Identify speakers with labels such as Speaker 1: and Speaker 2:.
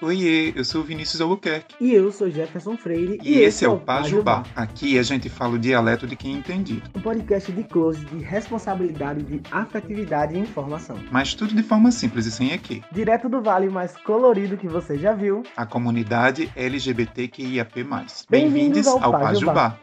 Speaker 1: Oiê, eu sou o Vinícius Albuquerque.
Speaker 2: E eu sou Jefferson Freire.
Speaker 1: E, esse é o Pajubá. Aqui a gente fala o dialeto de quem é entende,
Speaker 2: Um podcast de close de responsabilidade, de afetividade e informação.
Speaker 1: mas tudo de forma simples e sem EQ.
Speaker 2: Direto do vale mais colorido que você já viu.
Speaker 1: A comunidade LGBTQIAP+.
Speaker 2: Bem-vindos ao Pajubá.